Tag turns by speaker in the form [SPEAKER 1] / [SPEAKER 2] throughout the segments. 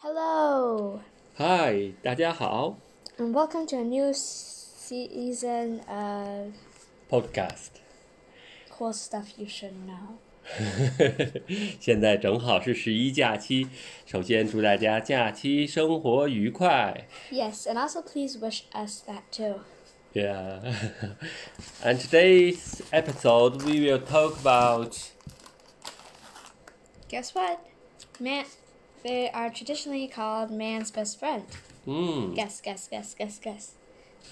[SPEAKER 1] Hello,
[SPEAKER 2] Hi，大家好
[SPEAKER 1] and welcome to a new season of
[SPEAKER 2] ，Podcast。
[SPEAKER 1] Cool Stuff You Should Know。
[SPEAKER 2] 现在正好是十一假期，首先祝大家假期生活愉快。
[SPEAKER 1] Yes, and also please wish us that too.
[SPEAKER 2] Yeah. And today's episode we will talk about
[SPEAKER 1] Guess what? Man, they are traditionally called man's best friend.
[SPEAKER 2] 嗯
[SPEAKER 1] Guess, guess, guess, guess, guess.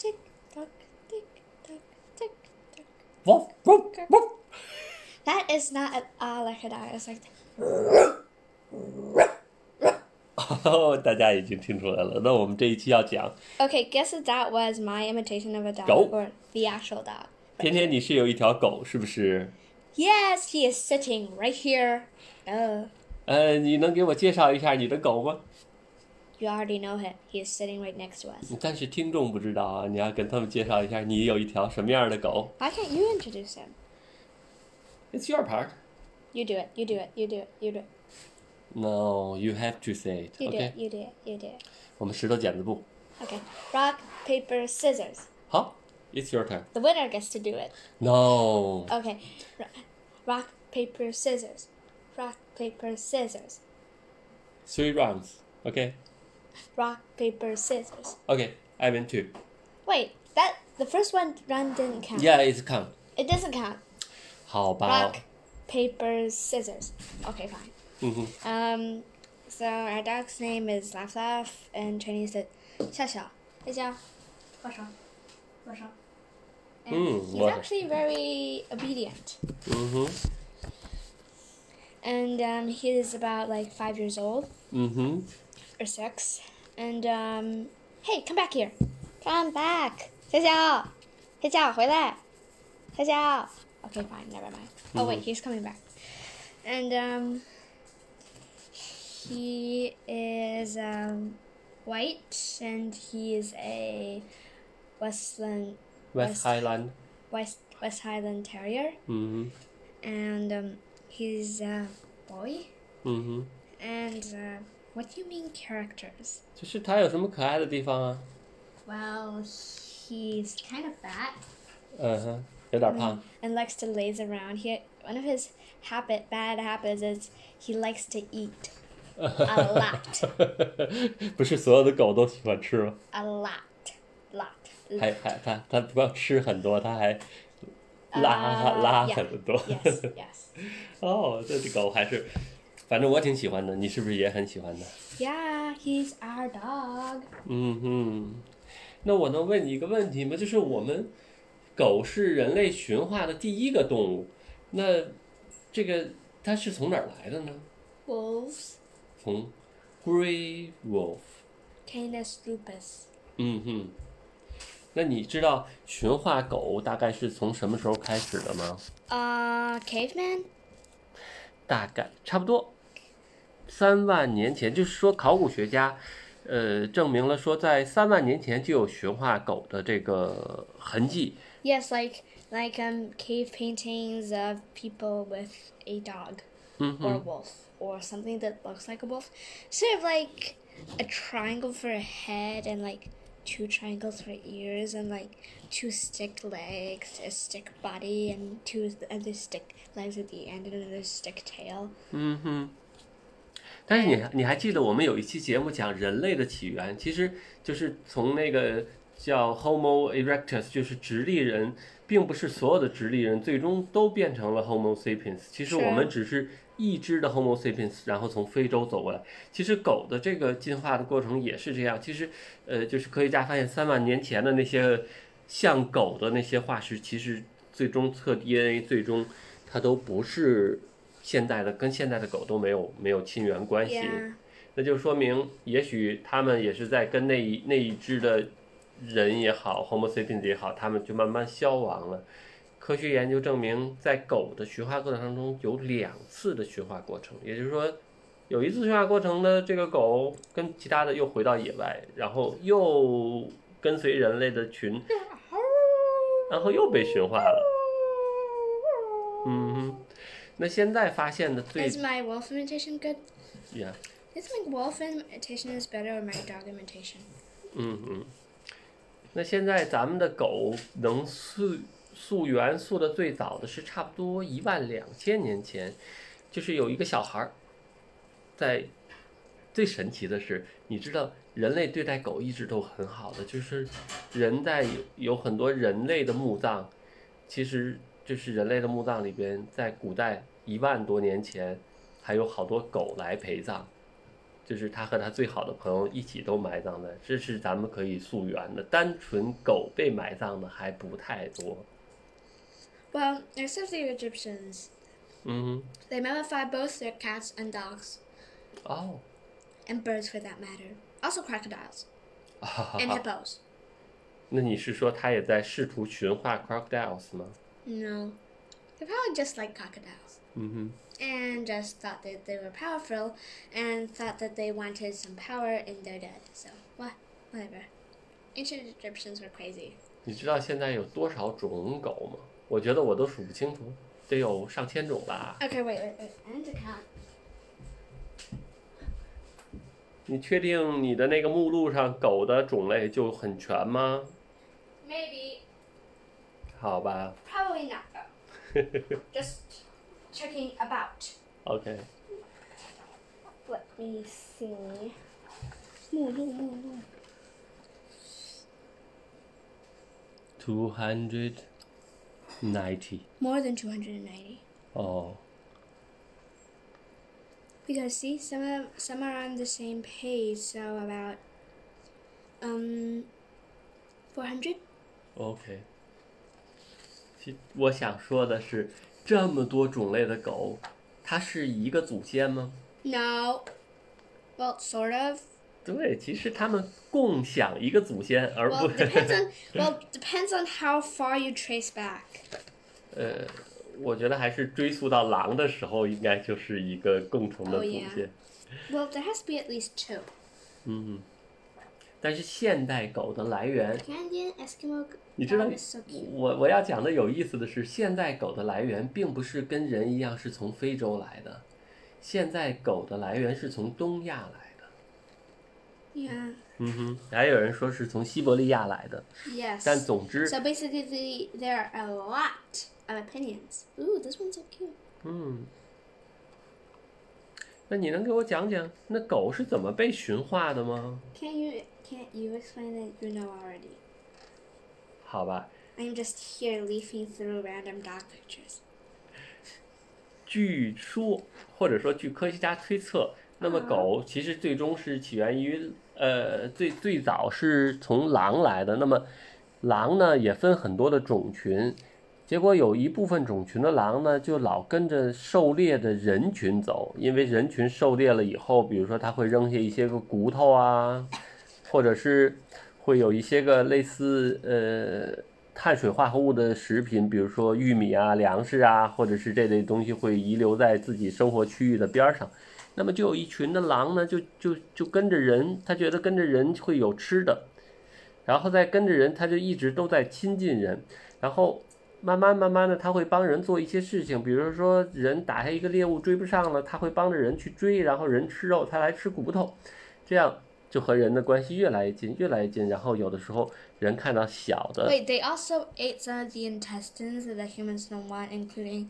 [SPEAKER 1] Tick tock, tick tock, tick tock.
[SPEAKER 2] ，woof woof woof。
[SPEAKER 1] That is not at all like a dog. It's like
[SPEAKER 2] 哦， 大家已经听出来了。那我们这一期要讲，
[SPEAKER 1] okay. Guess if that was my imitation of a dog
[SPEAKER 2] Go.
[SPEAKER 1] or the actual dog.
[SPEAKER 2] 天天你是有一条狗是不是？
[SPEAKER 1] Yes, he is sitting right here. Oh.
[SPEAKER 2] 呃，你能给我介绍一下你的狗吗？
[SPEAKER 1] You already know him. He is sitting right next to us.
[SPEAKER 2] 但是听众不知道啊，你要跟他们介绍一下你有一条什么样的狗。
[SPEAKER 1] Why can't you introduce him?
[SPEAKER 2] It's your part.
[SPEAKER 1] You do it. You do it. You do it. You do it.
[SPEAKER 2] No, you have to say it.
[SPEAKER 1] You do
[SPEAKER 2] OK，
[SPEAKER 1] it. You do it. You do it.
[SPEAKER 2] 我们石头剪子布。
[SPEAKER 1] Okay. Rock, paper, scissors.
[SPEAKER 2] 好，It's your turn.
[SPEAKER 1] The winner gets to do it.
[SPEAKER 2] No，
[SPEAKER 1] Okay. Ro- Rock, paper, scissors. Rock, paper, scissors.
[SPEAKER 2] three rounds. OK,
[SPEAKER 1] Rock, paper, scissors.
[SPEAKER 2] OK, I win two.
[SPEAKER 1] Wait, that the first one run didn't count.
[SPEAKER 2] Yeah, it's count.
[SPEAKER 1] It doesn't count.
[SPEAKER 2] 好吧
[SPEAKER 1] Rock, paper, scissors. Okay, fine.
[SPEAKER 2] 嗯哼，
[SPEAKER 1] Um, so our dog's name is Laugh Laugh, and Chinese is Xiao Xiao. Hey, Xiao. What's wrong? What's wrong? And
[SPEAKER 2] Mm,
[SPEAKER 1] he's
[SPEAKER 2] what-
[SPEAKER 1] actually very obedient.
[SPEAKER 2] 嗯哼，
[SPEAKER 1] And um, he is about like five years old
[SPEAKER 2] 嗯哼，
[SPEAKER 1] or six. And um, hey, come back here. Come back. Xiao Xiao. Hey, Xiao, 回来. Xiao Xiao. Okay, fine, never mind. Oh, wait, he's coming back. And um, he is um, white and he is a Westland,
[SPEAKER 2] West Highland.
[SPEAKER 1] West, West Highland Terrier.
[SPEAKER 2] 嗯
[SPEAKER 1] And um, he's a boy.
[SPEAKER 2] 哼，嗯哼，
[SPEAKER 1] And uh, what do you mean characters?
[SPEAKER 2] 就是它有什么可爱的地方啊？
[SPEAKER 1] Well, he's kind of fat
[SPEAKER 2] 嗯哼，有点胖。
[SPEAKER 1] and likes to laze around. He one of his habit bad habits is he likes to eat a lot,
[SPEAKER 2] 不是所有的狗都喜欢吃吗？
[SPEAKER 1] a lot, lot.
[SPEAKER 2] 还还它它不光吃很多，它还拉、
[SPEAKER 1] 呃
[SPEAKER 2] 拉
[SPEAKER 1] 呀
[SPEAKER 2] 很多。
[SPEAKER 1] yes, yes.
[SPEAKER 2] 哦，这只狗还是，反正我挺喜欢的，你是不是也很喜欢它？
[SPEAKER 1] Yeah, he's our dog.
[SPEAKER 2] 嗯哼，那我能问你一个问题吗？就是我们狗是人类驯化的第一个动物，那这个它是从哪儿来的呢？
[SPEAKER 1] Wolves,
[SPEAKER 2] 从 Grey Wolf。
[SPEAKER 1] Canis lupus.
[SPEAKER 2] 嗯哼，那你知道驯化狗大概是从什么时候开始的吗？
[SPEAKER 1] Uh, caveman.
[SPEAKER 2] 大概差不多三万年前，就是说考古学家，呃，证明了说在三万年前就有驯化狗的这个痕迹。
[SPEAKER 1] Yes, like like um cave paintings of people with a dog or a wolf or something that looks like a wolf. Sort of like a triangle for a head and like two triangles for ears and like two stick legs, a stick body and two other stick legs at the end and another stick tail.
[SPEAKER 2] 嗯哼。但是你还你还记得我们有一期节目讲人类的起源，其实就是从那个叫 Homo erectus，就是直立人，并不是所有的直立人最终都变成了 Homo sapiens。其实
[SPEAKER 1] 是
[SPEAKER 2] 我们只是一只的 Homo sapiens，然后从非洲走过来。其实狗的这个进化的过程也是这样。其实，呃，就是科学家发现三万年前的那些像狗的那些化石，其实最终测 DNA，最终它都不是现代的，跟现代的狗都没有没有亲缘关系。
[SPEAKER 1] Yeah.
[SPEAKER 2] 那就说明，也许他们也是在跟那一那一支的人也好，Homo sapiens 也好，他们就慢慢消亡了。科学研究证明，在狗的驯化过程当中有两次的驯化过程，也就是说，有一次驯化过程呢，这个狗跟其他的又回到野外，然后又跟随人类 的群，然后又被驯化了。嗯哼，那现在发现的最
[SPEAKER 1] Is my wolf imitation good?
[SPEAKER 2] 呀，
[SPEAKER 1] You think wolf imitation is better or my dog imitation?
[SPEAKER 2] 嗯嗯。那现在咱们的狗能溯溯源溯的最早的是差不多一万两千年前，就是有一个小孩儿，在最神奇的是，你知道人类对待狗一直都很好的，就是人在有有很多人类的墓葬，其实就是人类的墓葬里边，在古代一万多年前还有好多狗来陪葬。就是他和他最好的朋友一起都埋葬的，这是咱们可以溯源的。单纯狗被埋葬的还不太多。
[SPEAKER 1] Well, except the Egyptians.
[SPEAKER 2] 嗯，
[SPEAKER 1] They mummified both their cats and dogs,
[SPEAKER 2] 哦，
[SPEAKER 1] and birds for that matter. Also crocodiles
[SPEAKER 2] 哈哈
[SPEAKER 1] and
[SPEAKER 2] 哈。
[SPEAKER 1] hippos.
[SPEAKER 2] 那你是说他也在试图驯化 crocodiles 吗？
[SPEAKER 1] No. They probably just like crocodiles.
[SPEAKER 2] 嗯
[SPEAKER 1] And just thought that they were powerful and thought that they wanted some power in their dead. So, what? Whatever. Ancient Egyptians were crazy.
[SPEAKER 2] 哼，你知道现在有多少种狗吗？我觉得我都数不清楚，得有上千种吧。
[SPEAKER 1] Okay, wait, wait, wait. I need to count.
[SPEAKER 2] 你确定你的那个目录上狗的种类就很全吗？
[SPEAKER 1] Maybe.
[SPEAKER 2] 好吧
[SPEAKER 1] Probably not, though. just checking about.
[SPEAKER 2] ，OK。
[SPEAKER 1] Let me see. 目录目录
[SPEAKER 2] Two hundred ninety。
[SPEAKER 1] More than 290.
[SPEAKER 2] 哦，
[SPEAKER 1] Because see, some of some are on the same page, so about um 400.
[SPEAKER 2] OK，其我想说的是，这么多种类的狗，它是一个祖先吗？
[SPEAKER 1] No. Well, sort of.
[SPEAKER 2] 对，其实它们共享一个祖先，而
[SPEAKER 1] Well,
[SPEAKER 2] 不
[SPEAKER 1] depends on well depends on how far you trace back.
[SPEAKER 2] 呃， 我觉得还是追溯到狼的时候，应该就是一个共同的
[SPEAKER 1] Oh,
[SPEAKER 2] 祖
[SPEAKER 1] yeah.
[SPEAKER 2] 先。
[SPEAKER 1] Well, there has to be at least two.
[SPEAKER 2] 嗯，但是现代狗的来源，
[SPEAKER 1] Canadian Eskimo
[SPEAKER 2] 你知道
[SPEAKER 1] dog is so cute.
[SPEAKER 2] 我我要讲的有意思的是，现代狗的来源并不是跟人一样是从非洲来的，现在狗的来源是从东亚来的。
[SPEAKER 1] Yeah.
[SPEAKER 2] 嗯哼，还有人说是从西伯利亚来的，
[SPEAKER 1] Yes.
[SPEAKER 2] 但总之，
[SPEAKER 1] So basically, there are a lot of opinions. Ooh, this one's so cute.
[SPEAKER 2] 嗯，那你能给我讲讲那狗是怎么被驯化的吗？
[SPEAKER 1] Can't you can't you explain it? You know already.
[SPEAKER 2] 好吧，
[SPEAKER 1] I'm just here leafing through random dog pictures.
[SPEAKER 2] 据说或者说据科学家推测，那么
[SPEAKER 1] 啊
[SPEAKER 2] 狗其实最终是起源于呃最最早是从狼来的。那么狼呢也分很多的种群，结果有一部分种群的狼呢就老跟着狩猎的人群走，因为人群狩猎了以后，比如说它会扔下一些个骨头啊，或者是会有一些个类似呃碳水化合物的食品，比如说玉米啊、粮食啊，或者是这类东西会遗留在自己生活区域的边儿上。那么就有一群的狼呢，就就就跟着人，它觉得跟着人会有吃的，然后再跟着人，它就一直都在亲近人，然后慢慢慢慢的，它会帮人做一些事情，比如说人打下一个猎物追不上了，它会帮着人去追，然后人吃肉，它来吃骨头，这样就和人的关系越来越近，越来越近。然后有的时候人看到小的，
[SPEAKER 1] Wait, they also ate some of the intestines that humans don't want, including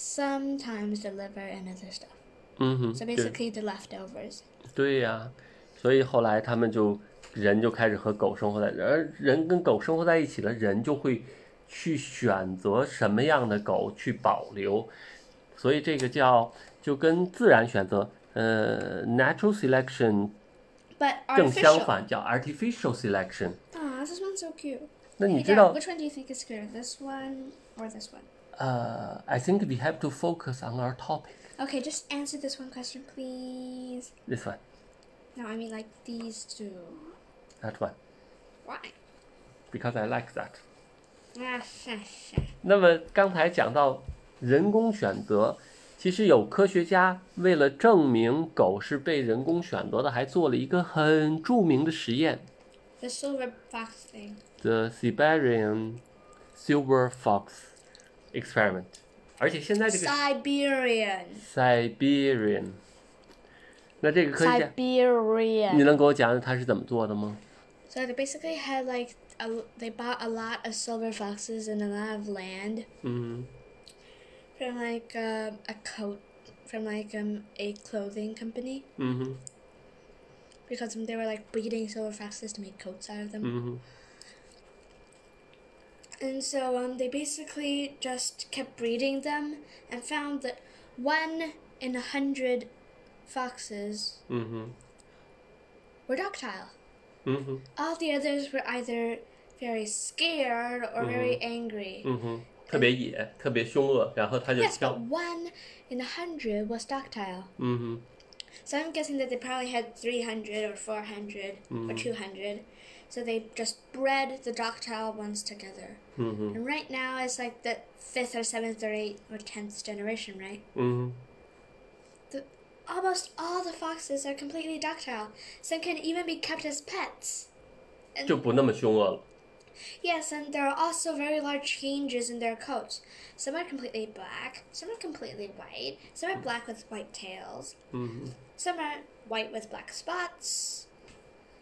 [SPEAKER 1] sometimes the liver and other stuff.
[SPEAKER 2] 嗯哼，
[SPEAKER 1] So
[SPEAKER 2] 对
[SPEAKER 1] basically, the leftovers.
[SPEAKER 2] 对呀、所以后来他们就人就开始和狗生活在，而人跟狗生活在一起了，人就会去选择什么样的狗去保留，所以这个叫就跟自然选择，呃，natural selection
[SPEAKER 1] But
[SPEAKER 2] 正相
[SPEAKER 1] artificial.
[SPEAKER 2] 反，叫 artificial selection。
[SPEAKER 1] Aw, this one's so cute.
[SPEAKER 2] 那你
[SPEAKER 1] Hey,
[SPEAKER 2] 知
[SPEAKER 1] Dad,
[SPEAKER 2] 道，
[SPEAKER 1] which one do you think is cuter, this one or this one?
[SPEAKER 2] 呃，I think we have to focus on our topic.
[SPEAKER 1] Okay, just answer this one question, please.
[SPEAKER 2] This one,
[SPEAKER 1] No, I mean like these two.
[SPEAKER 2] that one,
[SPEAKER 1] Why?
[SPEAKER 2] because I like that.
[SPEAKER 1] Ah,
[SPEAKER 2] 那么刚才讲到人工选择，其实有科学家为了证明狗是被人工选择的，还做了一个很著名的实验
[SPEAKER 1] the silver fox thing.
[SPEAKER 2] ，The Siberian Silver Fox Experiment。而且现在这个
[SPEAKER 1] Siberian.
[SPEAKER 2] Siberian 那这个科学家，你
[SPEAKER 1] Siberia.
[SPEAKER 2] 能给我讲讲他是怎么做的吗？
[SPEAKER 1] So they basically had like a, l- they bought a lot of silver foxes and a lot of land
[SPEAKER 2] 嗯
[SPEAKER 1] from like um, a coat from like um, a clothing company
[SPEAKER 2] 嗯哼
[SPEAKER 1] because they were like breeding silver foxes to make coats out of them.
[SPEAKER 2] 嗯哼
[SPEAKER 1] And so um, they basically just kept breeding them and found that one in a hundred foxes
[SPEAKER 2] 嗯哼
[SPEAKER 1] were docile.
[SPEAKER 2] 嗯哼
[SPEAKER 1] All the others were either very scared or very angry.
[SPEAKER 2] 嗯哼，特别野，特别凶恶，然后他就
[SPEAKER 1] Yes,
[SPEAKER 2] 跳
[SPEAKER 1] but。one in a hundred was docile.
[SPEAKER 2] 嗯
[SPEAKER 1] So I'm guessing that they probably had 300 or 400 or 200. So they just bred the docile ones together.
[SPEAKER 2] 哼嗯哼
[SPEAKER 1] And right now it's like the fifth or seventh or eighth or tenth generation, right?
[SPEAKER 2] 嗯
[SPEAKER 1] The, almost all the foxes are completely docile. Some can even be kept as pets.
[SPEAKER 2] 哼，就不那么凶恶了。
[SPEAKER 1] Yes, and there are also very large changes in their coats. Some are completely black, some are completely white, some are black with white tails,
[SPEAKER 2] 嗯哼，
[SPEAKER 1] some are white with black spots.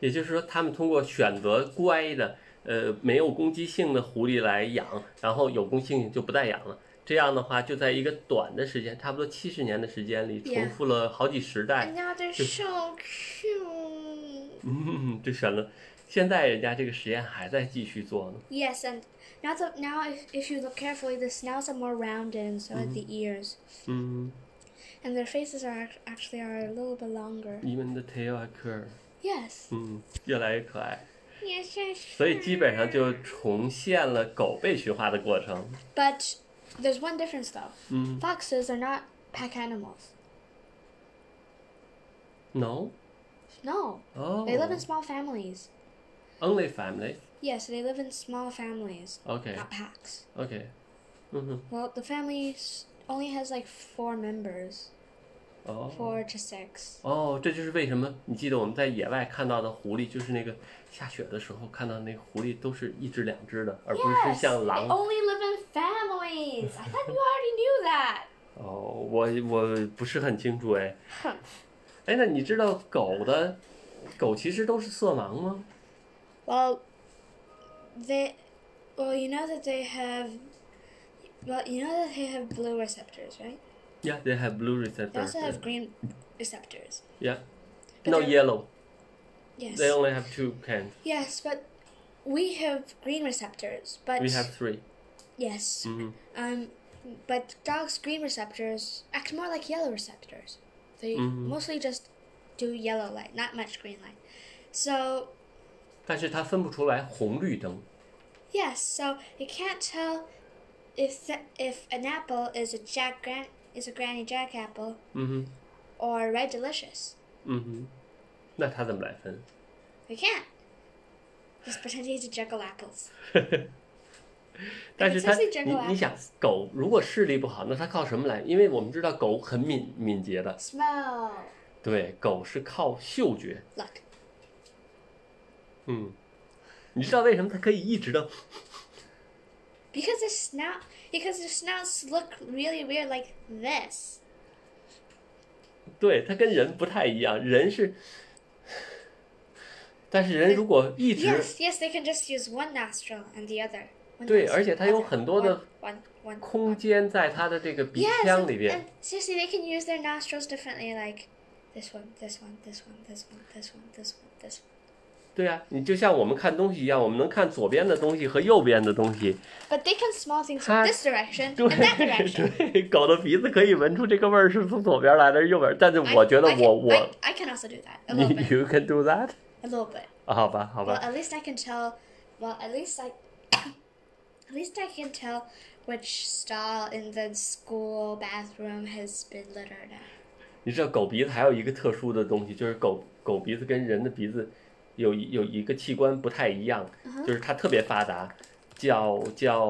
[SPEAKER 2] 也就是说，他们通过选择乖的，呃，没有攻击性的狐狸来养，然后有攻击性就不再养了。这样的话，就在一个短的时间，差不多七十年的时间里，重
[SPEAKER 1] Yeah.
[SPEAKER 2] 复了好几十代
[SPEAKER 1] And。now they're so cute.
[SPEAKER 2] 嗯，就选了。现在人家这个实验还在继续做呢。
[SPEAKER 1] Yes, and now the now if, if you look carefully, the snouts are more rounded, and so are the ears,
[SPEAKER 2] 嗯
[SPEAKER 1] and their faces are act- actually are a little bit longer.
[SPEAKER 2] ，even the tail a c u r
[SPEAKER 1] Yes.
[SPEAKER 2] 嗯，越来越可爱。
[SPEAKER 1] Yes, yes.
[SPEAKER 2] 所以基本上就重现了狗被驯化的过程。
[SPEAKER 1] But there's one difference though.
[SPEAKER 2] 嗯
[SPEAKER 1] Foxes are not pack animals.
[SPEAKER 2] ，no，
[SPEAKER 1] No,
[SPEAKER 2] 哦、
[SPEAKER 1] they live in small families.
[SPEAKER 2] only family，OK，、
[SPEAKER 1] Yes, they live in small families, not packs.
[SPEAKER 2] OK，嗯哼，
[SPEAKER 1] Well, the family s- only has like four members,
[SPEAKER 2] 哦、
[SPEAKER 1] four to six.
[SPEAKER 2] 哦，这就是为什么你记得我们在野外看到的狐狸，就是那个下雪的时候看到那个狐狸都是一只两只的，而不是
[SPEAKER 1] Yes, they
[SPEAKER 2] 像狼。哦
[SPEAKER 1] only live in families. I thought you already knew that.
[SPEAKER 2] 哦我我不是很清楚哎。哎，那你知道狗的狗其实都是色盲吗？
[SPEAKER 1] Well, they, well, you know that they have, well, you know that they have blue receptors, right?
[SPEAKER 2] Yeah, they have blue
[SPEAKER 1] They
[SPEAKER 2] receptors.
[SPEAKER 1] also have green receptors.
[SPEAKER 2] Yeah,
[SPEAKER 1] But
[SPEAKER 2] no
[SPEAKER 1] they're-
[SPEAKER 2] yellow.
[SPEAKER 1] Yes.
[SPEAKER 2] They only have two kinds.
[SPEAKER 1] Yes, but we have green receptors, but
[SPEAKER 2] We have Mm. three.
[SPEAKER 1] yes,
[SPEAKER 2] 嗯
[SPEAKER 1] um, but dogs' green receptors act more like yellow receptors. They
[SPEAKER 2] Mhm.
[SPEAKER 1] mostly just do yellow light, not much green light. So
[SPEAKER 2] 但是它分不出来红绿灯。
[SPEAKER 1] yes, so they can't tell if the, if an apple is a jack gran is a granny jack apple
[SPEAKER 2] 嗯哼，
[SPEAKER 1] or red delicious.
[SPEAKER 2] 嗯哼，那它怎么来分？
[SPEAKER 1] They can't. Just pretend to eat juggle apples.
[SPEAKER 2] 但是它，
[SPEAKER 1] 这是真的啊
[SPEAKER 2] 你你想，狗如果视力不好，那它靠什么来？因为我们知道狗很敏敏捷的，
[SPEAKER 1] Smell.
[SPEAKER 2] 对，狗是靠嗅觉。
[SPEAKER 1] Look.
[SPEAKER 2] 嗯，你知道为什么它可以一直的？
[SPEAKER 1] Because the snout, because the snouts look really weird like this.
[SPEAKER 2] 对，它跟人不太一样，人是，但是人如果一直
[SPEAKER 1] Yes, yes, they can just use one nostril and the other. One
[SPEAKER 2] 对
[SPEAKER 1] nostril,
[SPEAKER 2] 而且它有
[SPEAKER 1] other,
[SPEAKER 2] 很多的
[SPEAKER 1] one, one, one,
[SPEAKER 2] 空间在它的这个鼻
[SPEAKER 1] Yes, 嗯
[SPEAKER 2] 腔
[SPEAKER 1] and,
[SPEAKER 2] 里
[SPEAKER 1] and
[SPEAKER 2] 边，
[SPEAKER 1] uh, seriously, they can use their nostrils differently, like this one, this one, this one, this one, this one, this one, this one.
[SPEAKER 2] 对啊，你就像我们看东西一样，我们能看左边的东西和右边的东西。
[SPEAKER 1] But they can smell things
[SPEAKER 2] Huh?
[SPEAKER 1] from this direction
[SPEAKER 2] 对
[SPEAKER 1] and that direction.
[SPEAKER 2] 对，狗的鼻子可以闻出这个味儿是从左边来的，还是右边。但是
[SPEAKER 1] I-
[SPEAKER 2] 我觉得
[SPEAKER 1] I can-
[SPEAKER 2] 我我
[SPEAKER 1] I, I can also do that a little bit,
[SPEAKER 2] you can do that？
[SPEAKER 1] a little bit.
[SPEAKER 2] 啊好吧，好
[SPEAKER 1] Well,
[SPEAKER 2] 吧，
[SPEAKER 1] at least I can tell. Well, at least I, at least I can tell which stall in the school bathroom has been littered. out.
[SPEAKER 2] 你知道狗鼻子还有一个特殊的东西，就是狗狗鼻子跟人的鼻子有一有一个器官不太一样，就是它特别发达，叫叫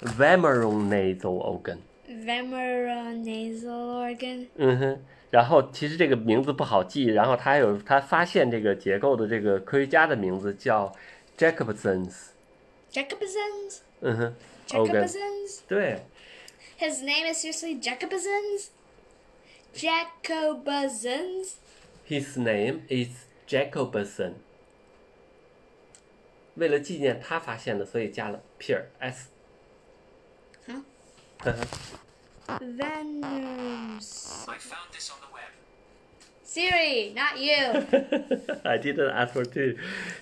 [SPEAKER 2] femoral nasal organ。
[SPEAKER 1] Femoral nasal organ.
[SPEAKER 2] 嗯哼，然后其实这个名字不好记，然后他还有他发现这个结构的这个科学家的名字叫 Jacobsons。
[SPEAKER 1] Jacobsons.
[SPEAKER 2] 嗯哼，organ。
[SPEAKER 1] Jacobsons.
[SPEAKER 2] 对，
[SPEAKER 1] His name is seriously Jacobsons. Jacobsons.
[SPEAKER 2] His name is Jacobson。为了纪念他发现的，所以加了 p i e r s。
[SPEAKER 1] 嗯
[SPEAKER 2] 呵呵
[SPEAKER 1] um, Venoms.
[SPEAKER 3] I found this on the web.
[SPEAKER 1] Siri, not you.
[SPEAKER 2] I didn't ask for two，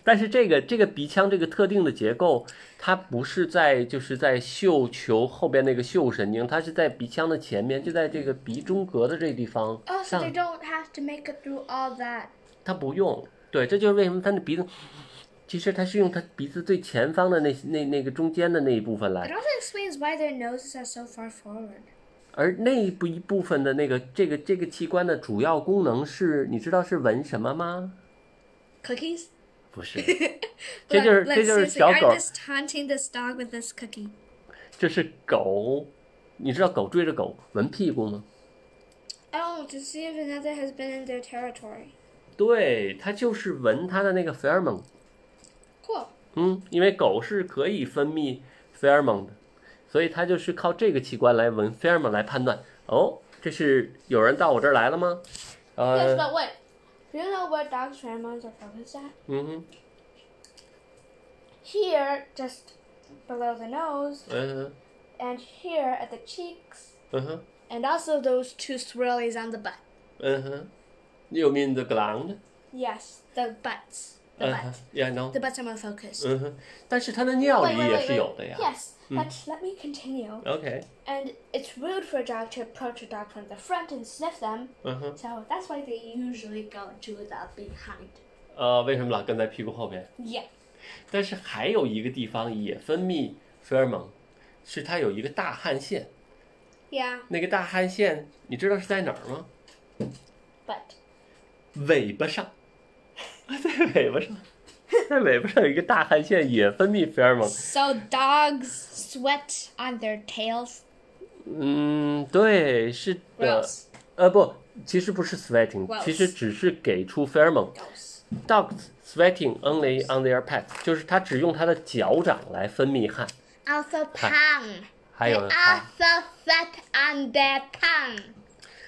[SPEAKER 2] 但是这个这个鼻腔这个特定的结构，它不是在就是在嗅球后边那个嗅神经，它是在鼻腔的前面，就在这个鼻中隔的这地方
[SPEAKER 1] Oh, so
[SPEAKER 2] 上
[SPEAKER 1] they don't have to make it through all that.
[SPEAKER 2] 他不用，对，这就是为什么他的鼻子，其实他是用他鼻子最前方的那那那个中间的那一部分
[SPEAKER 1] It
[SPEAKER 2] 来，
[SPEAKER 1] also explains why their noses are so far forward.
[SPEAKER 2] 而那一部一部分的那个这个这个器官的主要功能是，你知道是闻什么吗？
[SPEAKER 1] Cookies?
[SPEAKER 2] 不是，这就是
[SPEAKER 1] Look,
[SPEAKER 2] 这
[SPEAKER 1] look,
[SPEAKER 2] 就是
[SPEAKER 1] seriously,
[SPEAKER 2] 小
[SPEAKER 1] I'm
[SPEAKER 2] 狗，
[SPEAKER 1] just taunting this dog with this cookie.
[SPEAKER 2] 这是狗，你知道狗追着狗闻屁股吗？
[SPEAKER 1] Oh, to see if another has been in their territory.
[SPEAKER 2] 对，它就是闻它的那个菲尔蒙，
[SPEAKER 1] Cool.
[SPEAKER 2] 嗯，因为狗是可以分泌菲尔蒙的，所以它就是靠这个器官来闻菲尔蒙来判断。哦，这是有人到我这儿来了吗？
[SPEAKER 1] Yes,
[SPEAKER 2] 呃，
[SPEAKER 1] but wait. Do you know where dogs' pheromones are focused at?
[SPEAKER 2] 嗯哼，
[SPEAKER 1] Here, just below the nose,
[SPEAKER 2] 嗯哼，
[SPEAKER 1] and here at the cheeks,
[SPEAKER 2] 嗯哼，
[SPEAKER 1] and also those two swirlies on the butt.
[SPEAKER 2] 嗯哼。You mean the gland？
[SPEAKER 1] Yes, the butts. The
[SPEAKER 2] 嗯
[SPEAKER 1] butt.
[SPEAKER 2] 哼，Yeah, no。
[SPEAKER 1] The butts are more focused.
[SPEAKER 2] 嗯哼，但是它的尿
[SPEAKER 1] Wait,
[SPEAKER 2] 里
[SPEAKER 1] wait,
[SPEAKER 2] 也
[SPEAKER 1] wait,
[SPEAKER 2] 是
[SPEAKER 1] wait.
[SPEAKER 2] 有的呀。
[SPEAKER 1] Yes, but let me continue.
[SPEAKER 2] OK，
[SPEAKER 1] And it's rude for a dog to approach a dog from the front and sniff them,
[SPEAKER 2] 嗯哼，
[SPEAKER 1] so that's why they usually go to the behind.
[SPEAKER 2] 呃，为什么老跟在屁股后边？
[SPEAKER 1] Yeah.
[SPEAKER 2] 但是还有一个地方也分泌菲尔蒙，是它有一个大汗腺。
[SPEAKER 1] Yeah,
[SPEAKER 2] 那个大汗腺，你知道是在哪儿吗？
[SPEAKER 1] but
[SPEAKER 2] 尾巴上， 在尾巴上，在尾巴上有一个大汗腺，也分泌菲尔蒙。
[SPEAKER 1] so dogs sweat on their tails.
[SPEAKER 2] 嗯，对，是的。
[SPEAKER 1] Gross.
[SPEAKER 2] 呃，不，其实不是 sweating，
[SPEAKER 1] Gross
[SPEAKER 2] 其实只是给出菲尔蒙。
[SPEAKER 1] Gross.
[SPEAKER 2] Dogs sweating only on their paws，就是它只用它的脚掌来分泌汗。
[SPEAKER 1] Also pang.
[SPEAKER 2] 还
[SPEAKER 1] They
[SPEAKER 2] 有它，
[SPEAKER 1] also sweat on their tongue.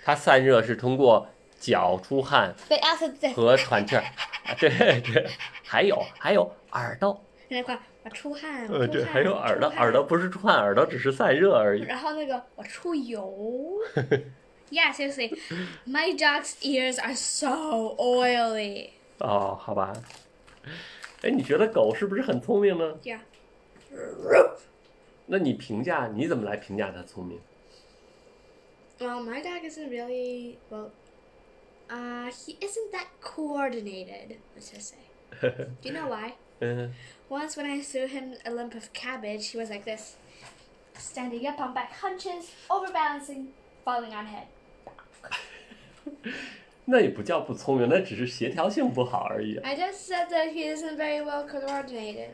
[SPEAKER 2] 它散热是通过脚出汗
[SPEAKER 1] They also they
[SPEAKER 2] 和喘气儿。啊对对，还有还有耳朵。
[SPEAKER 1] 那块儿我出汗，
[SPEAKER 2] 呃，
[SPEAKER 1] 出
[SPEAKER 2] 对，
[SPEAKER 1] 汗
[SPEAKER 2] 还有耳朵，
[SPEAKER 1] 出汗
[SPEAKER 2] 耳朵不是出汗，耳朵只是散热而已。
[SPEAKER 1] 然后那个我出 油。yeah, seriously, my dog's ears are so oily.
[SPEAKER 2] 哦，好吧。哎，你觉得狗是不是很聪明呢？
[SPEAKER 1] Yeah,
[SPEAKER 2] 那你评价你怎么来评价它聪明？
[SPEAKER 1] well, my dog isn't really well. Uh, he isn't that coordinated. Let's just say. Do you know why?
[SPEAKER 2] 嗯
[SPEAKER 1] Once when I threw him a lump of cabbage, he was like this, standing up on back hunches, overbalancing, falling on head.
[SPEAKER 2] 那也不叫不聪明，那只是协调性不好而已。啊
[SPEAKER 1] I just said that he isn't very well coordinated.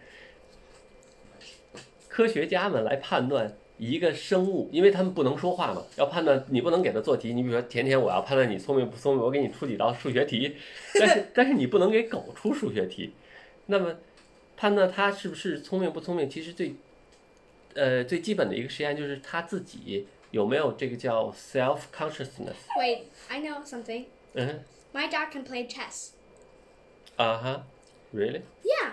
[SPEAKER 2] 科学家们来判断一个生物，因为他们不能说话嘛，要判断你不能给他做题。你比如说，甜甜，我要判断你聪明不聪明，我给你出几道数学题，但是但是你不能给狗出数学题。那么判断它是不是聪明不聪明，其实最呃最基本的一个实验就是它自己有没有这个叫 self consciousness。
[SPEAKER 1] Wait, I know something.
[SPEAKER 2] 嗯
[SPEAKER 1] My dog can play chess.
[SPEAKER 2] 啊哈，really？
[SPEAKER 1] Yeah.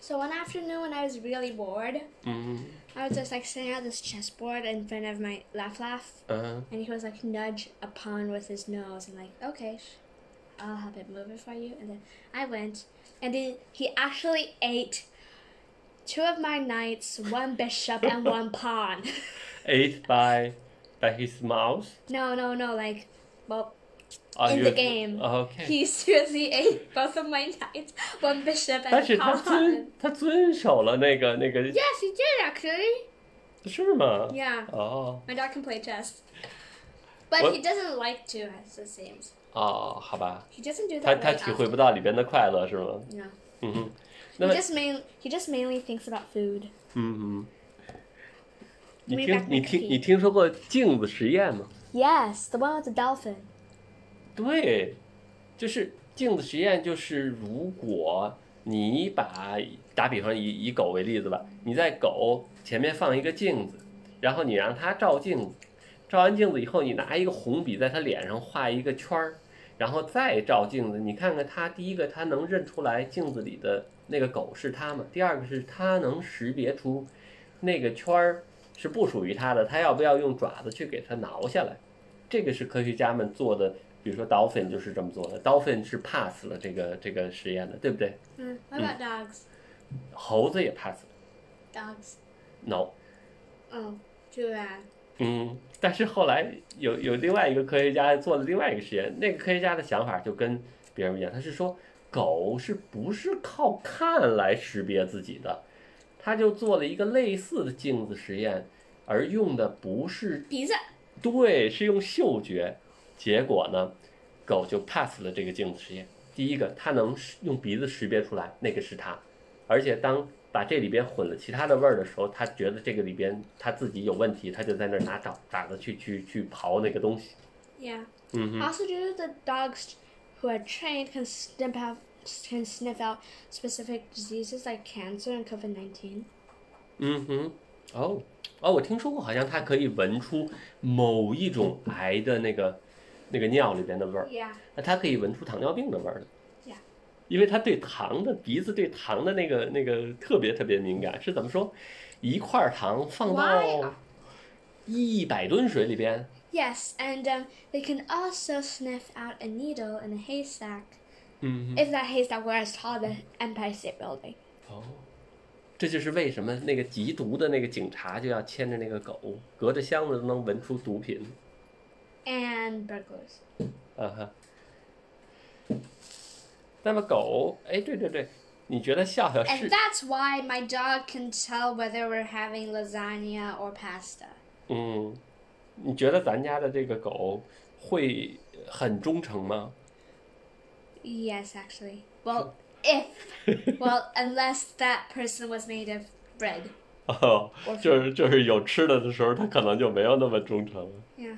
[SPEAKER 1] So one afternoon when I was really bored,
[SPEAKER 2] 嗯
[SPEAKER 1] I was just like sitting at this chessboard in front of my laugh laugh,
[SPEAKER 2] 嗯
[SPEAKER 1] and he was like nudge a pawn with his nose and like, okay, sh- I'll help it move it for you. And then I went, and then he actually ate two of my knights, one bishop, and one pawn.
[SPEAKER 2] ，ate by by his mouth
[SPEAKER 1] no, no, no, like, well,
[SPEAKER 2] or
[SPEAKER 1] in the
[SPEAKER 2] you-
[SPEAKER 1] game.
[SPEAKER 2] Okay.
[SPEAKER 1] He seriously ate both of my knights, one bishop,
[SPEAKER 2] 但
[SPEAKER 1] and
[SPEAKER 2] 是
[SPEAKER 1] a
[SPEAKER 2] 他
[SPEAKER 1] pawn.
[SPEAKER 2] 遵他遵守了那个那个
[SPEAKER 1] Yes, he did actually.
[SPEAKER 2] 是吗？
[SPEAKER 1] Yeah.
[SPEAKER 2] 哦
[SPEAKER 1] My dog can play chess. But
[SPEAKER 2] What-
[SPEAKER 1] he doesn't like to, as it seems.
[SPEAKER 2] 哦，好吧，
[SPEAKER 1] He doesn't do
[SPEAKER 2] 他
[SPEAKER 1] that
[SPEAKER 2] 他
[SPEAKER 1] very
[SPEAKER 2] 体会
[SPEAKER 1] often.
[SPEAKER 2] 不到里边的快乐是吗？
[SPEAKER 1] No.
[SPEAKER 2] 嗯哼，
[SPEAKER 1] He
[SPEAKER 2] 那么
[SPEAKER 1] just, main, he just mainly thinks about food.
[SPEAKER 2] 嗯嗯，
[SPEAKER 1] way
[SPEAKER 2] 你听
[SPEAKER 1] back
[SPEAKER 2] 你
[SPEAKER 1] when
[SPEAKER 2] 听
[SPEAKER 1] he-
[SPEAKER 2] 你听说过镜子实验吗？
[SPEAKER 1] Yes, the one with the dolphin.
[SPEAKER 2] 对，就是镜子实验，就是如果你把打比方以以狗为例子吧，你在狗前面放一个镜子，然后你让它照镜子，照完镜子以后，你拿一个红笔在它脸上画一个圈儿，然后再照镜子，你看看它，第一个它能认出来镜子里的那个狗是它吗？第二个是它能识别出那个圈儿是不属于它的，它要不要用爪子去给它挠下来？这个是科学家们做的，比如说 dolphin 就是这么做的，dolphin 是 pass 了这个这个实验的，对不对？
[SPEAKER 1] Mm. What about dogs?
[SPEAKER 2] 猴子也 pass 了
[SPEAKER 1] Dogs.
[SPEAKER 2] ，no。
[SPEAKER 1] Oh, giraffe.
[SPEAKER 2] 嗯，但是后来有有另外一个科学家做了另外一个实验，那个科学家的想法就跟别人不一样，他是说狗是不是靠看来识别自己的，他就做了一个类似的镜子实验，而用的不是
[SPEAKER 1] 鼻子。
[SPEAKER 2] 对，是用嗅觉，结果呢，狗就 pass 了这个镜子实验。第一个，它能识用鼻子识别出来那个是它，而且当把这里边混了其他的味儿的时候，它觉得这个里边它自己有问题，它就在那儿拿爪爪子去去去刨那个东西。
[SPEAKER 1] Yeah.
[SPEAKER 2] 嗯哼，
[SPEAKER 1] Also, do the dogs who are trained can sniff out can sniff out specific diseases like cancer and COVID nineteen?
[SPEAKER 2] 嗯哼，哦哦，我听说过，好像它可以闻出某一种癌的那个那个尿里边的味儿。
[SPEAKER 1] Yeah.
[SPEAKER 2] 那它可以闻出糖尿病的味儿的
[SPEAKER 1] Yeah.，
[SPEAKER 2] 因为它对糖的鼻子对糖的那个那个特别特别敏感，是怎么说？一块儿糖放
[SPEAKER 1] Why
[SPEAKER 2] 到
[SPEAKER 1] are-
[SPEAKER 2] 一百吨水里边，
[SPEAKER 1] Yes, and um, they can also sniff out a needle in a haystack
[SPEAKER 2] 嗯，
[SPEAKER 1] if that haystack were as tall as the Empire State Building.
[SPEAKER 2] 哦，这就是为什么那个缉毒的那个警察就要牵着那个狗，隔着箱子都能闻出毒品，
[SPEAKER 1] And burglars.
[SPEAKER 2] 啊哈。那么狗，哎，对对对，你觉得笑笑是
[SPEAKER 1] And that's why my dog can tell whether we're having lasagna or pasta.
[SPEAKER 2] 嗯，你觉得咱家的这个狗会很忠诚 吗？
[SPEAKER 1] Yes, actually. Well, if. well, unless that person was made of bread.
[SPEAKER 2] 哦
[SPEAKER 1] 我，
[SPEAKER 2] 就是就是有吃的的时候，它可能就没有那么忠诚了。
[SPEAKER 1] Yeah.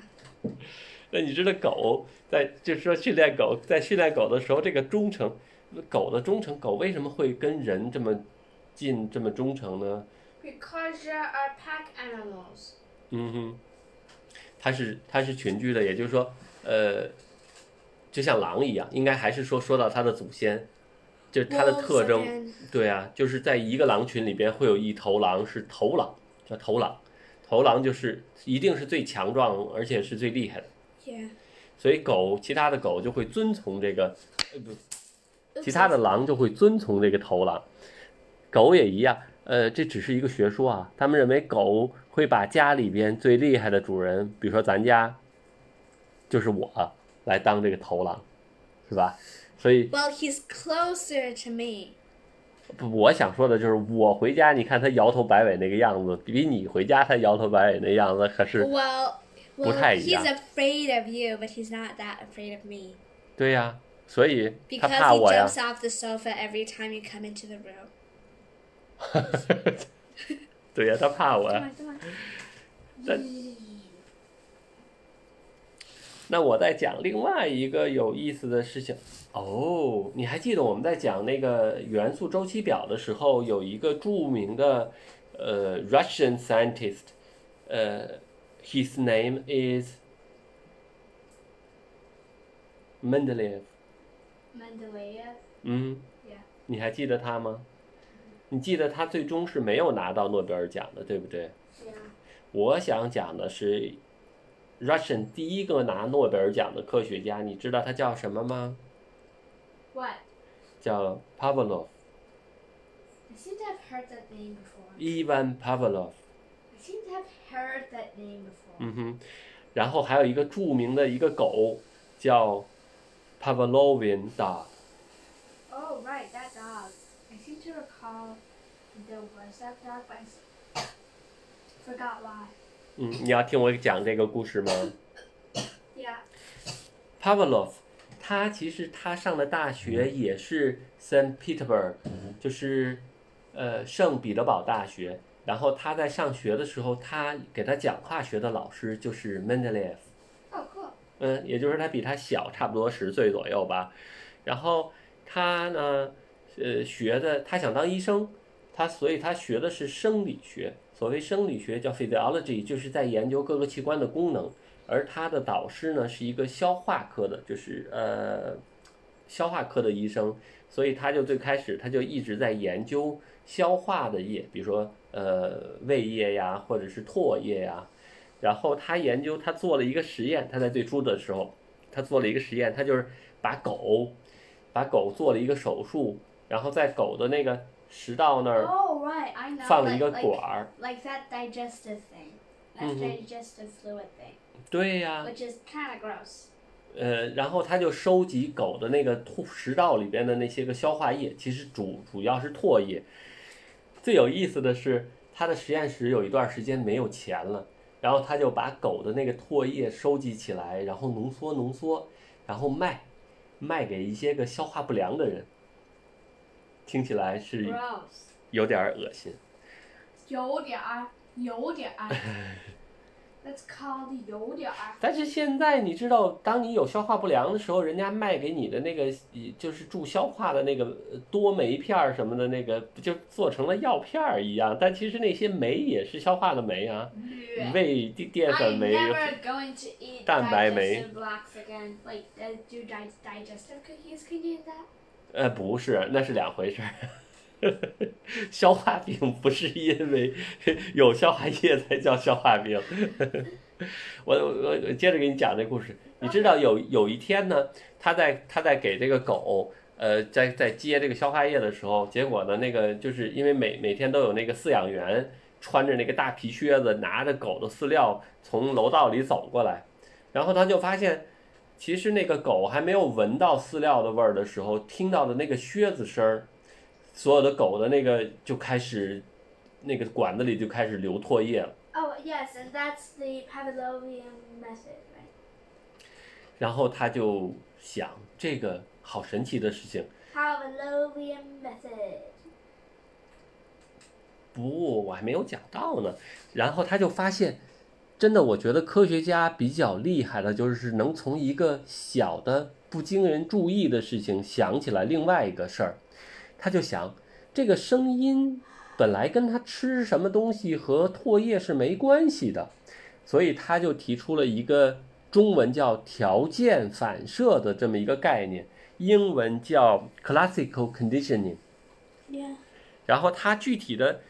[SPEAKER 2] 那你知道狗在就是说训练狗在训练狗的时候，这个忠诚，狗的忠诚，狗为什么会跟人这么近这么忠诚呢？
[SPEAKER 1] Because there are pack animals.
[SPEAKER 2] 嗯哼，它是它是群居的，也就是说，呃，就像狼一样，应该还是说说到它的祖先，就是它的特征。对啊，就是在一个狼群里边会有一头狼是头狼，叫头狼。头狼就是一定是最强壮，而且是最厉害的。
[SPEAKER 1] Yeah.
[SPEAKER 2] 所以狗，其他的狗就会遵从这个，呃不，其他的狼就会遵从这个头狼。狗也一样，呃，这只是一个学说啊。他们认为狗会把家里边最厉害的主人，比如说咱家，就是我，来当这个头狼，是吧？所以
[SPEAKER 1] Well, he's closer to me.
[SPEAKER 2] 不，我想说的就是，我回家，你看他摇头摆尾那个样子，比你回家他摇头摆尾那样子可 是，
[SPEAKER 1] Well, well,
[SPEAKER 2] 不太一样。
[SPEAKER 1] he's afraid of you, but he's not that afraid of me
[SPEAKER 2] 对呀、所以他
[SPEAKER 1] because
[SPEAKER 2] 怕
[SPEAKER 1] he
[SPEAKER 2] 我呀。
[SPEAKER 1] jumps off the sofa every time you come into the room.
[SPEAKER 2] 对呀、他怕我
[SPEAKER 1] Come
[SPEAKER 2] 呀。
[SPEAKER 1] on, come on.
[SPEAKER 2] 那我再讲另外一个有意思的事情。哦，你还记得我们在讲那个元素周期表的时候，有一个著名的呃 Russian scientist，呃，his name is Mendeleev。
[SPEAKER 1] Mendeleev.
[SPEAKER 2] 嗯
[SPEAKER 1] Yeah.，
[SPEAKER 2] 你还记得他吗？你记得他最终是没有拿到诺贝尔奖的，对不对？
[SPEAKER 1] Yeah.
[SPEAKER 2] 我想讲的是，Russian 第一个拿诺贝尔奖的科学家，你知道他叫什么吗？
[SPEAKER 1] What?
[SPEAKER 2] 叫 Pavlov，
[SPEAKER 1] I seem to have heard that name before.
[SPEAKER 2] Ivan Pavlov。
[SPEAKER 1] I seem to have heard that name before.
[SPEAKER 2] 嗯哼，然后还有一个著名的一个狗叫 Pavlovian dog。
[SPEAKER 1] Oh, right, that dog. I seem to recall there was that dog, but I s- forgot why.
[SPEAKER 2] 嗯，你要听我讲这个故事吗？
[SPEAKER 1] Yeah.
[SPEAKER 2] Pavlov，他其实他上的大学也是 Saint Petersburg，就是呃圣彼得堡大学。然后他在上学的时候，他给他讲化学的老师就是 Mendeleev。
[SPEAKER 1] Oh, cool.
[SPEAKER 2] 嗯，也就是他比他小差不多十岁左右吧。然后他呢，呃，学的他想当医生，他所以他学的是生理学。所谓生理学叫 physiology，就是在研究各个器官的功能。而他的导师呢是一个消化科的，就是呃消化科的医生，所以他就最开始他就一直在研究消化的液，比如说呃胃液呀，或者是唾液呀。然后他研究，他做了一个实验，他在最初的时候，他做了一个实验，他就是把狗，把狗做了一个手术，然后在狗的那个食道那
[SPEAKER 1] 哦
[SPEAKER 2] 儿
[SPEAKER 3] Oh right, I know.
[SPEAKER 2] 放了一个
[SPEAKER 1] 哎
[SPEAKER 3] like,
[SPEAKER 2] 管
[SPEAKER 3] like,
[SPEAKER 2] 儿。
[SPEAKER 3] like that digestive thing, that
[SPEAKER 2] Mhm.
[SPEAKER 3] digestive fluid thing,
[SPEAKER 2] 对呀、
[SPEAKER 1] 哎
[SPEAKER 3] which is kind of gross.
[SPEAKER 2] 呃，然后他就收集狗的那个吐食道里边的那些个消化液，其实主主要是唾液。最有意思的是，他的实验室有一段时间没有钱了，然后他就把狗的那个唾液收集起来，然后浓缩浓缩，然后卖，卖给一些个消化不良的人。听起来是
[SPEAKER 3] Gross.
[SPEAKER 2] 有点儿恶心，
[SPEAKER 3] 有点儿，有点儿。That's called 有点儿。
[SPEAKER 2] 但是现在你知道，当你有消化不良的时候，人家卖给你的那个，呃就是助消化的那个呃多酶片儿什么的那个，不就做成了药片儿一样？但其实那些酶也是消化的酶啊，胃淀淀粉
[SPEAKER 3] I'm
[SPEAKER 2] 酶、
[SPEAKER 3] never going to eat
[SPEAKER 2] 蛋白酶。
[SPEAKER 3] digestive blocks again. Like, uh, do di- digestive cookies contain that?
[SPEAKER 2] 呃，不是，那是两回事儿。 消化病不是因为有消化液才叫消化病。 我我我接着给你讲这故事。你知道有有一天呢，他在他在给这个狗呃在在接这个消化液的时候，结果呢那个就是因为每每天都有那个饲养员穿着那个大皮靴子，拿着狗的饲料从楼道里走过来，然后他就发现其实那个狗还没有闻到饲料的味儿的时候，听到的那个靴子声儿，所有的狗的那个就开始，那个管子里就开始流唾液了。
[SPEAKER 3] Oh, yes, and that's the Pavlovian method, right?
[SPEAKER 2] 然后他就想，这个好神奇的事情。
[SPEAKER 3] Pavlovian method.
[SPEAKER 2] 不，我还没有讲到呢。然后他就发现，真的，我觉得科学家比较厉害的，就是能从一个小的不经人注意的事情想起来另外一个事儿。他就想，这个声音本来跟他吃什么东西和唾液是没关系的，所以他就提出了一个中文叫条件反射的这么一个概念，英文叫 classical conditioning。
[SPEAKER 1] Yeah.
[SPEAKER 2] 然后它具体的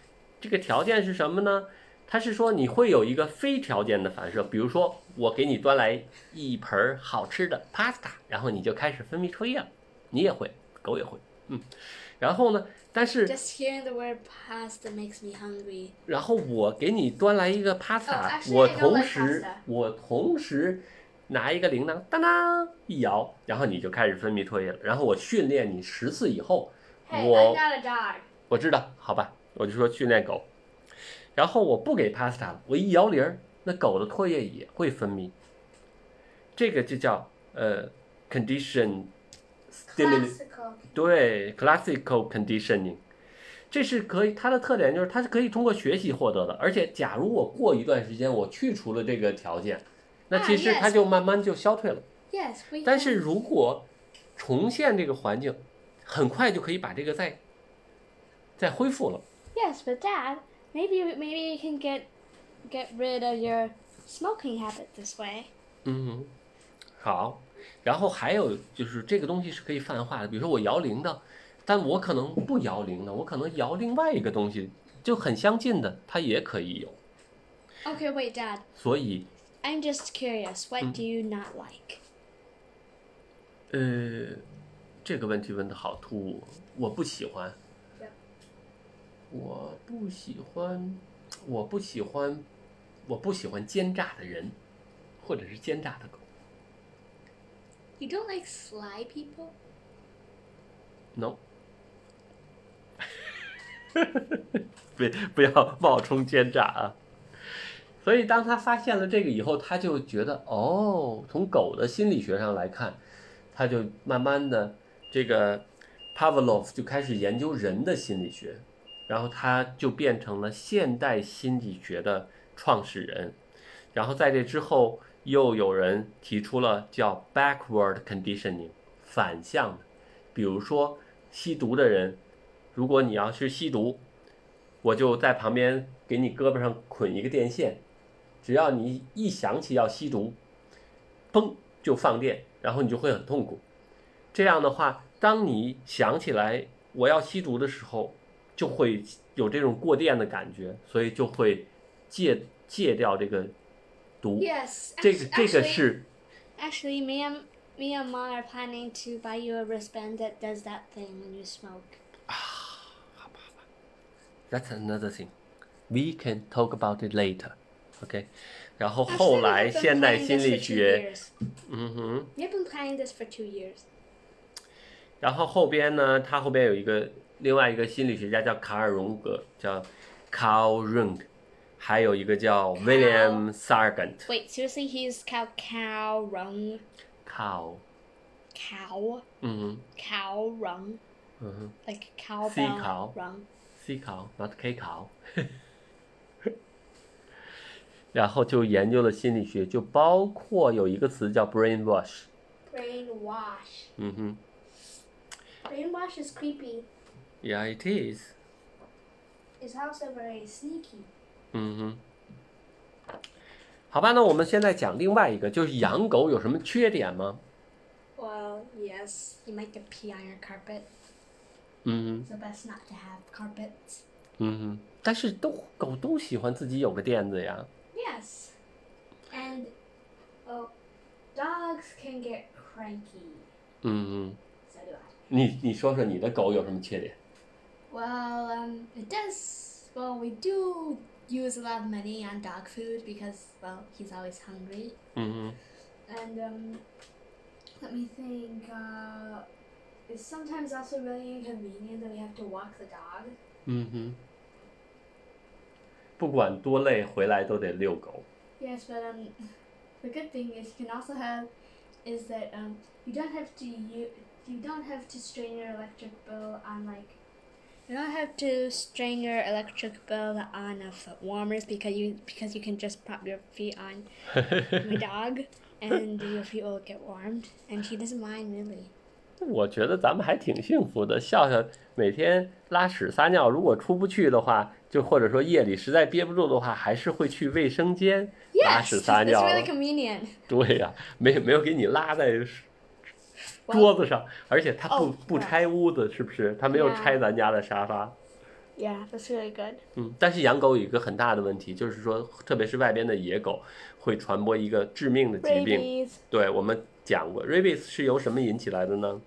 [SPEAKER 2] 这个条件是什么呢？它是说你会有一个非条件的反射，比如说我给你端来一盆儿好吃的 pasta，然后你就开始分泌唾液了，你也会，狗也会，嗯。然后呢，但是
[SPEAKER 1] Just hearing the word pasta makes me hungry.
[SPEAKER 2] 然后我给你端来一个 pasta，、
[SPEAKER 3] actually,
[SPEAKER 2] 我
[SPEAKER 3] I don't
[SPEAKER 2] 同
[SPEAKER 3] like
[SPEAKER 2] 时
[SPEAKER 3] pasta.
[SPEAKER 2] 我同时拿一个铃铛，当当一摇，然后你就开始分泌唾液了。然后我训练你十次以后，
[SPEAKER 3] Hey,
[SPEAKER 2] 我
[SPEAKER 3] I'm not a dog.
[SPEAKER 2] 我知道，好吧，我就说训练狗。然后我不给 pasta 了，我一摇铃儿，那狗的唾液也会分泌。这个就叫呃 condition stimulus，
[SPEAKER 3] Classical.
[SPEAKER 2] 对 classical conditioning。这是可以，它的特点就是它是可以通过学习获得的，而且假如我过一段时间我去除了这个条件，那其实
[SPEAKER 1] 啊，yes
[SPEAKER 2] 它就慢慢就消退了。
[SPEAKER 1] Yes, we
[SPEAKER 2] 但
[SPEAKER 1] can.
[SPEAKER 2] 是如果重现这个环境，很快就可以把这个再再恢复了。
[SPEAKER 1] Yes, but Dad, maybe maybe you can get get rid of your smoking habit this way.
[SPEAKER 2] 嗯，好。然后还有就是这个东西是可以泛化的，比如说我摇铃铛，但我可能不摇铃铛，我可能摇另外一个东西，就很相近的，它也可以有。
[SPEAKER 1] Okay, wait, Dad.
[SPEAKER 2] 所以，
[SPEAKER 1] I'm just curious. What do you not like?
[SPEAKER 2] 呃，这个问题问的好突兀，我不喜欢，我不喜欢，我不喜欢，我不喜欢奸诈的人，或者是奸诈的狗。
[SPEAKER 1] You don't like sly people?
[SPEAKER 2] No 别不要冒充奸诈啊！所以当他发现了这个以后，他就觉得哦，从狗的心理学上来看，他就慢慢的这个 Pavlov 就开始研究人的心理学，然后他就变成了现代心理学的创始人。然后在这之后，又有人提出了叫 backward conditioning 反向的，比如说吸毒的人，如果你要是吸毒，我就在旁边给你胳膊上捆一个电线，只要你一想起要吸毒，砰就放电，然后你就会很痛苦。这样的话，当你想起来我要吸毒的时候，就会有这种过电的感觉，所以就会戒戒掉这个毒。
[SPEAKER 1] Yes.
[SPEAKER 2] 这个这
[SPEAKER 1] act-
[SPEAKER 2] 个
[SPEAKER 1] actually-
[SPEAKER 2] 是
[SPEAKER 1] Actually, me and me and mom are planning to buy you a wristband that does that thing when you smoke.
[SPEAKER 2] That's another thing. We can talk about it later. OK，然后
[SPEAKER 1] Actually,
[SPEAKER 2] 后来
[SPEAKER 1] we've been
[SPEAKER 2] 现代
[SPEAKER 1] planning
[SPEAKER 2] 心
[SPEAKER 1] this
[SPEAKER 2] 理
[SPEAKER 1] for two
[SPEAKER 2] 学，
[SPEAKER 1] years.
[SPEAKER 2] 嗯哼，
[SPEAKER 1] We've been planning this for two years.
[SPEAKER 2] 然后后边呢，他后边有一个另外一个心理学家叫卡尔荣格，叫 Carl Jung，还有一个叫 William Sargent。
[SPEAKER 1] Wait, seriously, he's cow cow rung
[SPEAKER 2] Carl，
[SPEAKER 1] cow
[SPEAKER 2] 嗯
[SPEAKER 1] cow rung
[SPEAKER 2] 哼，嗯哼
[SPEAKER 1] like cowbell
[SPEAKER 2] Mm-hmm. Sea cow.
[SPEAKER 1] rung.
[SPEAKER 2] ，C 考 not K 考。 然后就研究了心理学，就包括有一个词叫 brainwash，
[SPEAKER 3] Brainwash.
[SPEAKER 2] 嗯哼。
[SPEAKER 3] Brainwash is creepy.
[SPEAKER 2] Yeah, it is.
[SPEAKER 3] It's also very sneaky.
[SPEAKER 2] 嗯哼。好吧，那我们现在讲另外一个，就是养狗有什么缺点吗？
[SPEAKER 1] Well, yes, you might get pee on your carpet.
[SPEAKER 2] 嗯
[SPEAKER 1] So best not to have carpets.
[SPEAKER 2] 哼，嗯哼。但是都狗都喜欢自己有个垫子呀。
[SPEAKER 3] Yes. And oh, dogs can get cranky.
[SPEAKER 2] 嗯
[SPEAKER 3] So do I.
[SPEAKER 2] 哼，你你说说你的狗有什么缺点？
[SPEAKER 1] Well, um, it does. Well, we do use a lot of money on dog food because, well, he's always hungry.
[SPEAKER 2] 嗯
[SPEAKER 3] And um, let me think. Uh, it's sometimes also really inconvenient that we have to walk the dog.
[SPEAKER 2] 哼，嗯哼。不管多累，回来都得遛狗。
[SPEAKER 3] Yes, but um, the good thing is you can also have is that um, you don't have to you you don't have to strain your electric bill on like
[SPEAKER 1] You don't have to strain your electric bill on a foot warmers because you because you can just prop your feet on my dog, and your feet will get warmed, and he doesn't mind really.
[SPEAKER 2] 我觉得咱们还挺幸福的。笑笑每天拉屎撒尿，如果出不去的话，就或者说夜里实在憋不住的话，还是会去卫生间拉
[SPEAKER 1] Yes,
[SPEAKER 2] 屎
[SPEAKER 1] it's
[SPEAKER 2] 撒尿。
[SPEAKER 1] really convenient.
[SPEAKER 2] 对呀、没没有给你拉在是桌
[SPEAKER 1] Well,
[SPEAKER 2] 子上，而且他不、
[SPEAKER 1] 哦
[SPEAKER 2] 不拆屋子，是不是？他没有
[SPEAKER 1] 对啊
[SPEAKER 2] 拆咱家的沙发。
[SPEAKER 1] yeah, that's really good.
[SPEAKER 2] 嗯，但是养狗有一个很大的问题，就是说，特别是外边的野狗会传播一个致命的疾病。
[SPEAKER 1] Rabies,
[SPEAKER 2] 对，我们讲过，rabies 是由什么引起来的呢？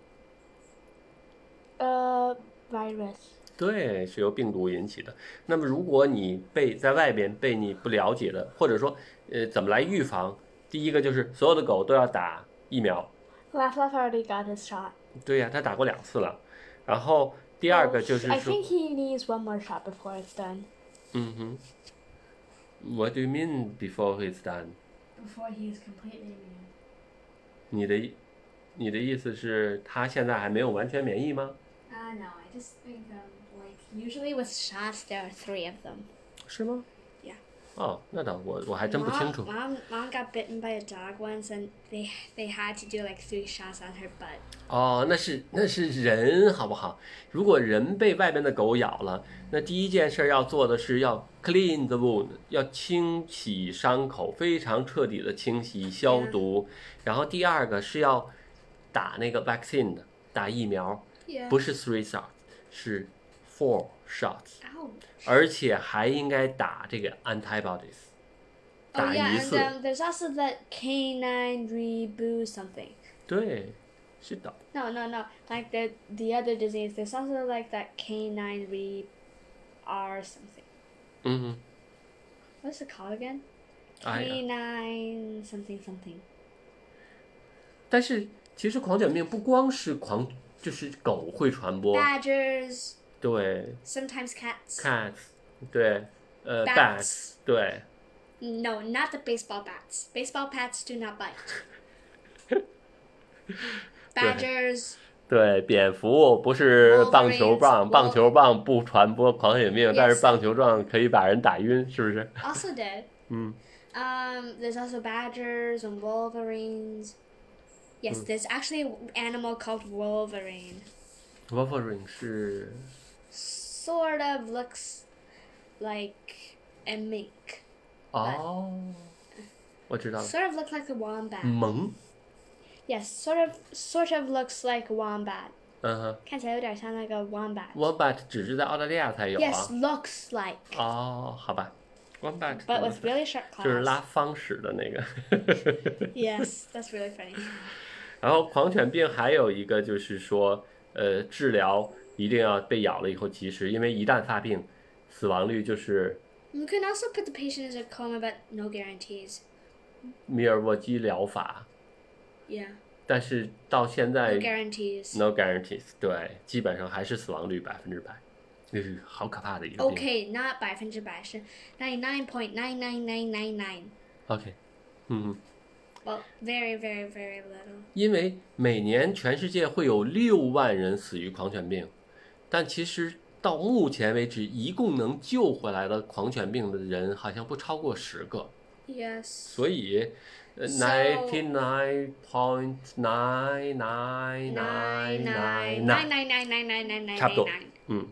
[SPEAKER 1] uh, virus.
[SPEAKER 2] 对，是由病毒引起的。那么，如果你被在外边被你不了解的，或者说，呃，怎么来预防？第一个就是所有的狗都要打疫苗。
[SPEAKER 1] Laugh Laugh already got his shot. Oh,
[SPEAKER 2] 对呀、他打过两次了。然后第二个就是说
[SPEAKER 1] 哦 I，think he needs one more shot before it's done.
[SPEAKER 2] 嗯哼。What do you mean before he's done？
[SPEAKER 3] before he is completely immune.
[SPEAKER 2] 你的意你的意思是，他现在还没有完全免疫吗？
[SPEAKER 3] Uh, no, I just think um like
[SPEAKER 1] Usually with shots, there are three of them.
[SPEAKER 2] 是吗
[SPEAKER 1] Yeah.？
[SPEAKER 2] 哦，那倒我我还真不清楚
[SPEAKER 1] Mom,。mom, mom got bitten by a dog once, and they they had to do like three shots on her butt.
[SPEAKER 2] 哦，那是那是人好不好？如果人被外边的狗咬了，那第一件事要做的是要 clean the wound，要清洗伤口，非常彻底的清洗消毒。然后第二个是要打那个 vaccine 的，打疫苗，
[SPEAKER 1] Yeah.
[SPEAKER 2] 不是 three shots，是 four shots，
[SPEAKER 1] Ow.
[SPEAKER 2] 而且还应该打这个 antibodies，
[SPEAKER 1] Oh
[SPEAKER 2] 打
[SPEAKER 1] yeah,
[SPEAKER 2] 一
[SPEAKER 1] and
[SPEAKER 2] 次。
[SPEAKER 1] um, there's also that canine reboot something.
[SPEAKER 2] 对，是的。
[SPEAKER 1] No, no, no. Like the the other disease, there's also like that canine re, R something.
[SPEAKER 2] 嗯
[SPEAKER 1] What's it called again?
[SPEAKER 2] 哼，哎呀。
[SPEAKER 1] Canine something something.
[SPEAKER 2] 但是其实狂犬病不光是狂，就是狗会传播，
[SPEAKER 1] Badgers,
[SPEAKER 2] 对
[SPEAKER 1] sometimes cats.
[SPEAKER 2] ，cats，对，呃
[SPEAKER 1] Bats
[SPEAKER 2] ，bats，对，
[SPEAKER 1] No, not the baseball bats. Baseball bats do not bite. Badgers.
[SPEAKER 2] 对，蝙蝠不是
[SPEAKER 1] Wolverines，
[SPEAKER 2] 棒球棒，
[SPEAKER 1] wolf
[SPEAKER 2] 棒球棒不传播狂犬病
[SPEAKER 1] Yes
[SPEAKER 2] 但是棒球棒可以把人打晕，是不是？
[SPEAKER 1] also dead.
[SPEAKER 2] Mm.
[SPEAKER 1] Um, there's also badgers and wolverines. Yes, there's actually an animal called wolverine.
[SPEAKER 2] Wolverine 是
[SPEAKER 1] Sort of looks like a mink.
[SPEAKER 2] 哦，我知道了，
[SPEAKER 1] Sort of look like a wombat.
[SPEAKER 2] 萌，
[SPEAKER 1] Yes, sort of sort of looks like a wombat.
[SPEAKER 2] 嗯哼
[SPEAKER 1] 看起来有点像那个 wombat.
[SPEAKER 2] ，wombat 只是在澳大利亚才有
[SPEAKER 1] Yes,
[SPEAKER 2] 啊。
[SPEAKER 1] looks like,
[SPEAKER 2] 哦，好吧，wombat 怎
[SPEAKER 1] but
[SPEAKER 2] 么
[SPEAKER 1] with really sharp
[SPEAKER 2] 就是
[SPEAKER 1] claws.
[SPEAKER 2] 拉方屎的那个。
[SPEAKER 1] yes, that's really funny.
[SPEAKER 2] 然后狂犬病还有一个就是说，呃，治疗一定要被咬了以后及时，因为一旦发病，死亡率就是。
[SPEAKER 1] You can also put the patient in a coma, but no guarantees.
[SPEAKER 2] 米尔沃基疗法，
[SPEAKER 1] Yeah,
[SPEAKER 2] 但是到现
[SPEAKER 1] no
[SPEAKER 2] 在
[SPEAKER 1] guarantees.
[SPEAKER 2] no guarantees，对，基本上还是死亡率百分之百，那是好可怕的一个病。
[SPEAKER 1] Okay, not 百分之百是 ninety nine point nine nine nine nine nine.
[SPEAKER 2] OK，嗯，
[SPEAKER 1] Well, very, very, very little.
[SPEAKER 2] 因为每年全世界会有六万人死于狂犬病，但其实到目前为止，一共能救回来的狂犬病的人好像不超过十个，
[SPEAKER 1] Yes.
[SPEAKER 2] 所以。呃
[SPEAKER 1] So-
[SPEAKER 2] Ninety nine point nine nine
[SPEAKER 1] Nine
[SPEAKER 2] nine
[SPEAKER 1] nine
[SPEAKER 2] nine
[SPEAKER 1] nine nine nine nine nine nine nine
[SPEAKER 2] 差不多
[SPEAKER 1] nine.
[SPEAKER 2] 嗯，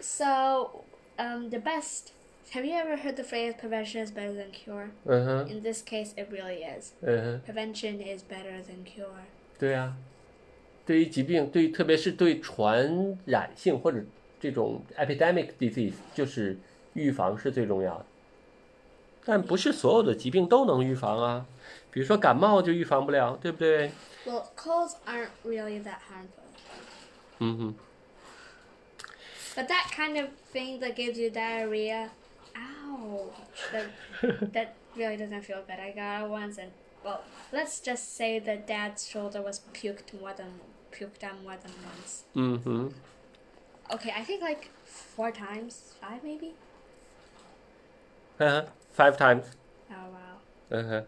[SPEAKER 1] So, um, the best. Have you ever heard the phrase "prevention is better than cure"?
[SPEAKER 2] 嗯哼，
[SPEAKER 1] In this case, it really is.
[SPEAKER 2] 嗯哼，
[SPEAKER 1] Prevention is better than cure.
[SPEAKER 2] 对啊，对于疾病，对于特别是对传染性或者这种 epidemic disease，就是预防是最重要的。但不是所有的疾病都能预防啊，比如说感冒就预防不了，对不对？
[SPEAKER 1] Well, colds aren't really that harmful,
[SPEAKER 2] 嗯哼，
[SPEAKER 1] but that kind of thing that gives you diarrhea, ow, that that really doesn't feel good. I got it once, and well, let's just say that Dad's shoulder was puked more than puked on more than once.
[SPEAKER 2] 嗯哼，
[SPEAKER 1] Okay, I think like four times, five maybe.
[SPEAKER 2] 嗯哼，five times，
[SPEAKER 1] Oh wow.
[SPEAKER 2] 嗯哼。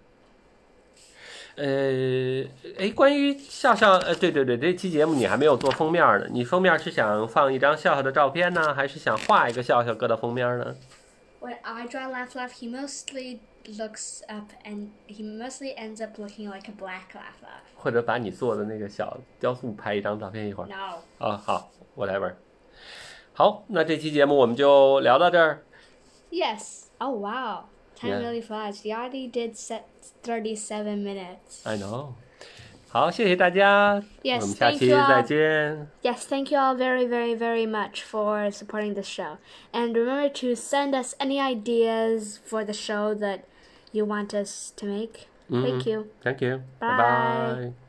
[SPEAKER 2] 呃，哎，关于笑笑，呃，对对对，这期节目你还没有做封面呢。你封面是想放一张笑笑的照片呢，还是想画一个笑笑搁到封面呢？
[SPEAKER 1] When I draw Laugh Laugh, he mostly looks up and he mostly ends up looking like a black Laugh Laugh.
[SPEAKER 2] 或者把你做的那个小雕塑拍一张照片一会儿
[SPEAKER 1] No.
[SPEAKER 2] 啊，好，whatever。好，那这期节目我们就聊到这儿。
[SPEAKER 1] Yes. Oh wow. Time
[SPEAKER 2] Yeah.
[SPEAKER 1] really flies. We already did set 37 minutes.
[SPEAKER 2] I know。好，谢谢大家
[SPEAKER 1] Yes,
[SPEAKER 2] 我们下
[SPEAKER 1] thank
[SPEAKER 2] 期
[SPEAKER 1] you all.
[SPEAKER 2] 再见。
[SPEAKER 1] Yes, thank you all very, very, very much for supporting the show. And remember to send us any ideas for
[SPEAKER 2] Mm-hmm.
[SPEAKER 1] the show that you want us to make. Thank you.
[SPEAKER 2] 嗯 Thank you，拜
[SPEAKER 1] Bye
[SPEAKER 2] 拜。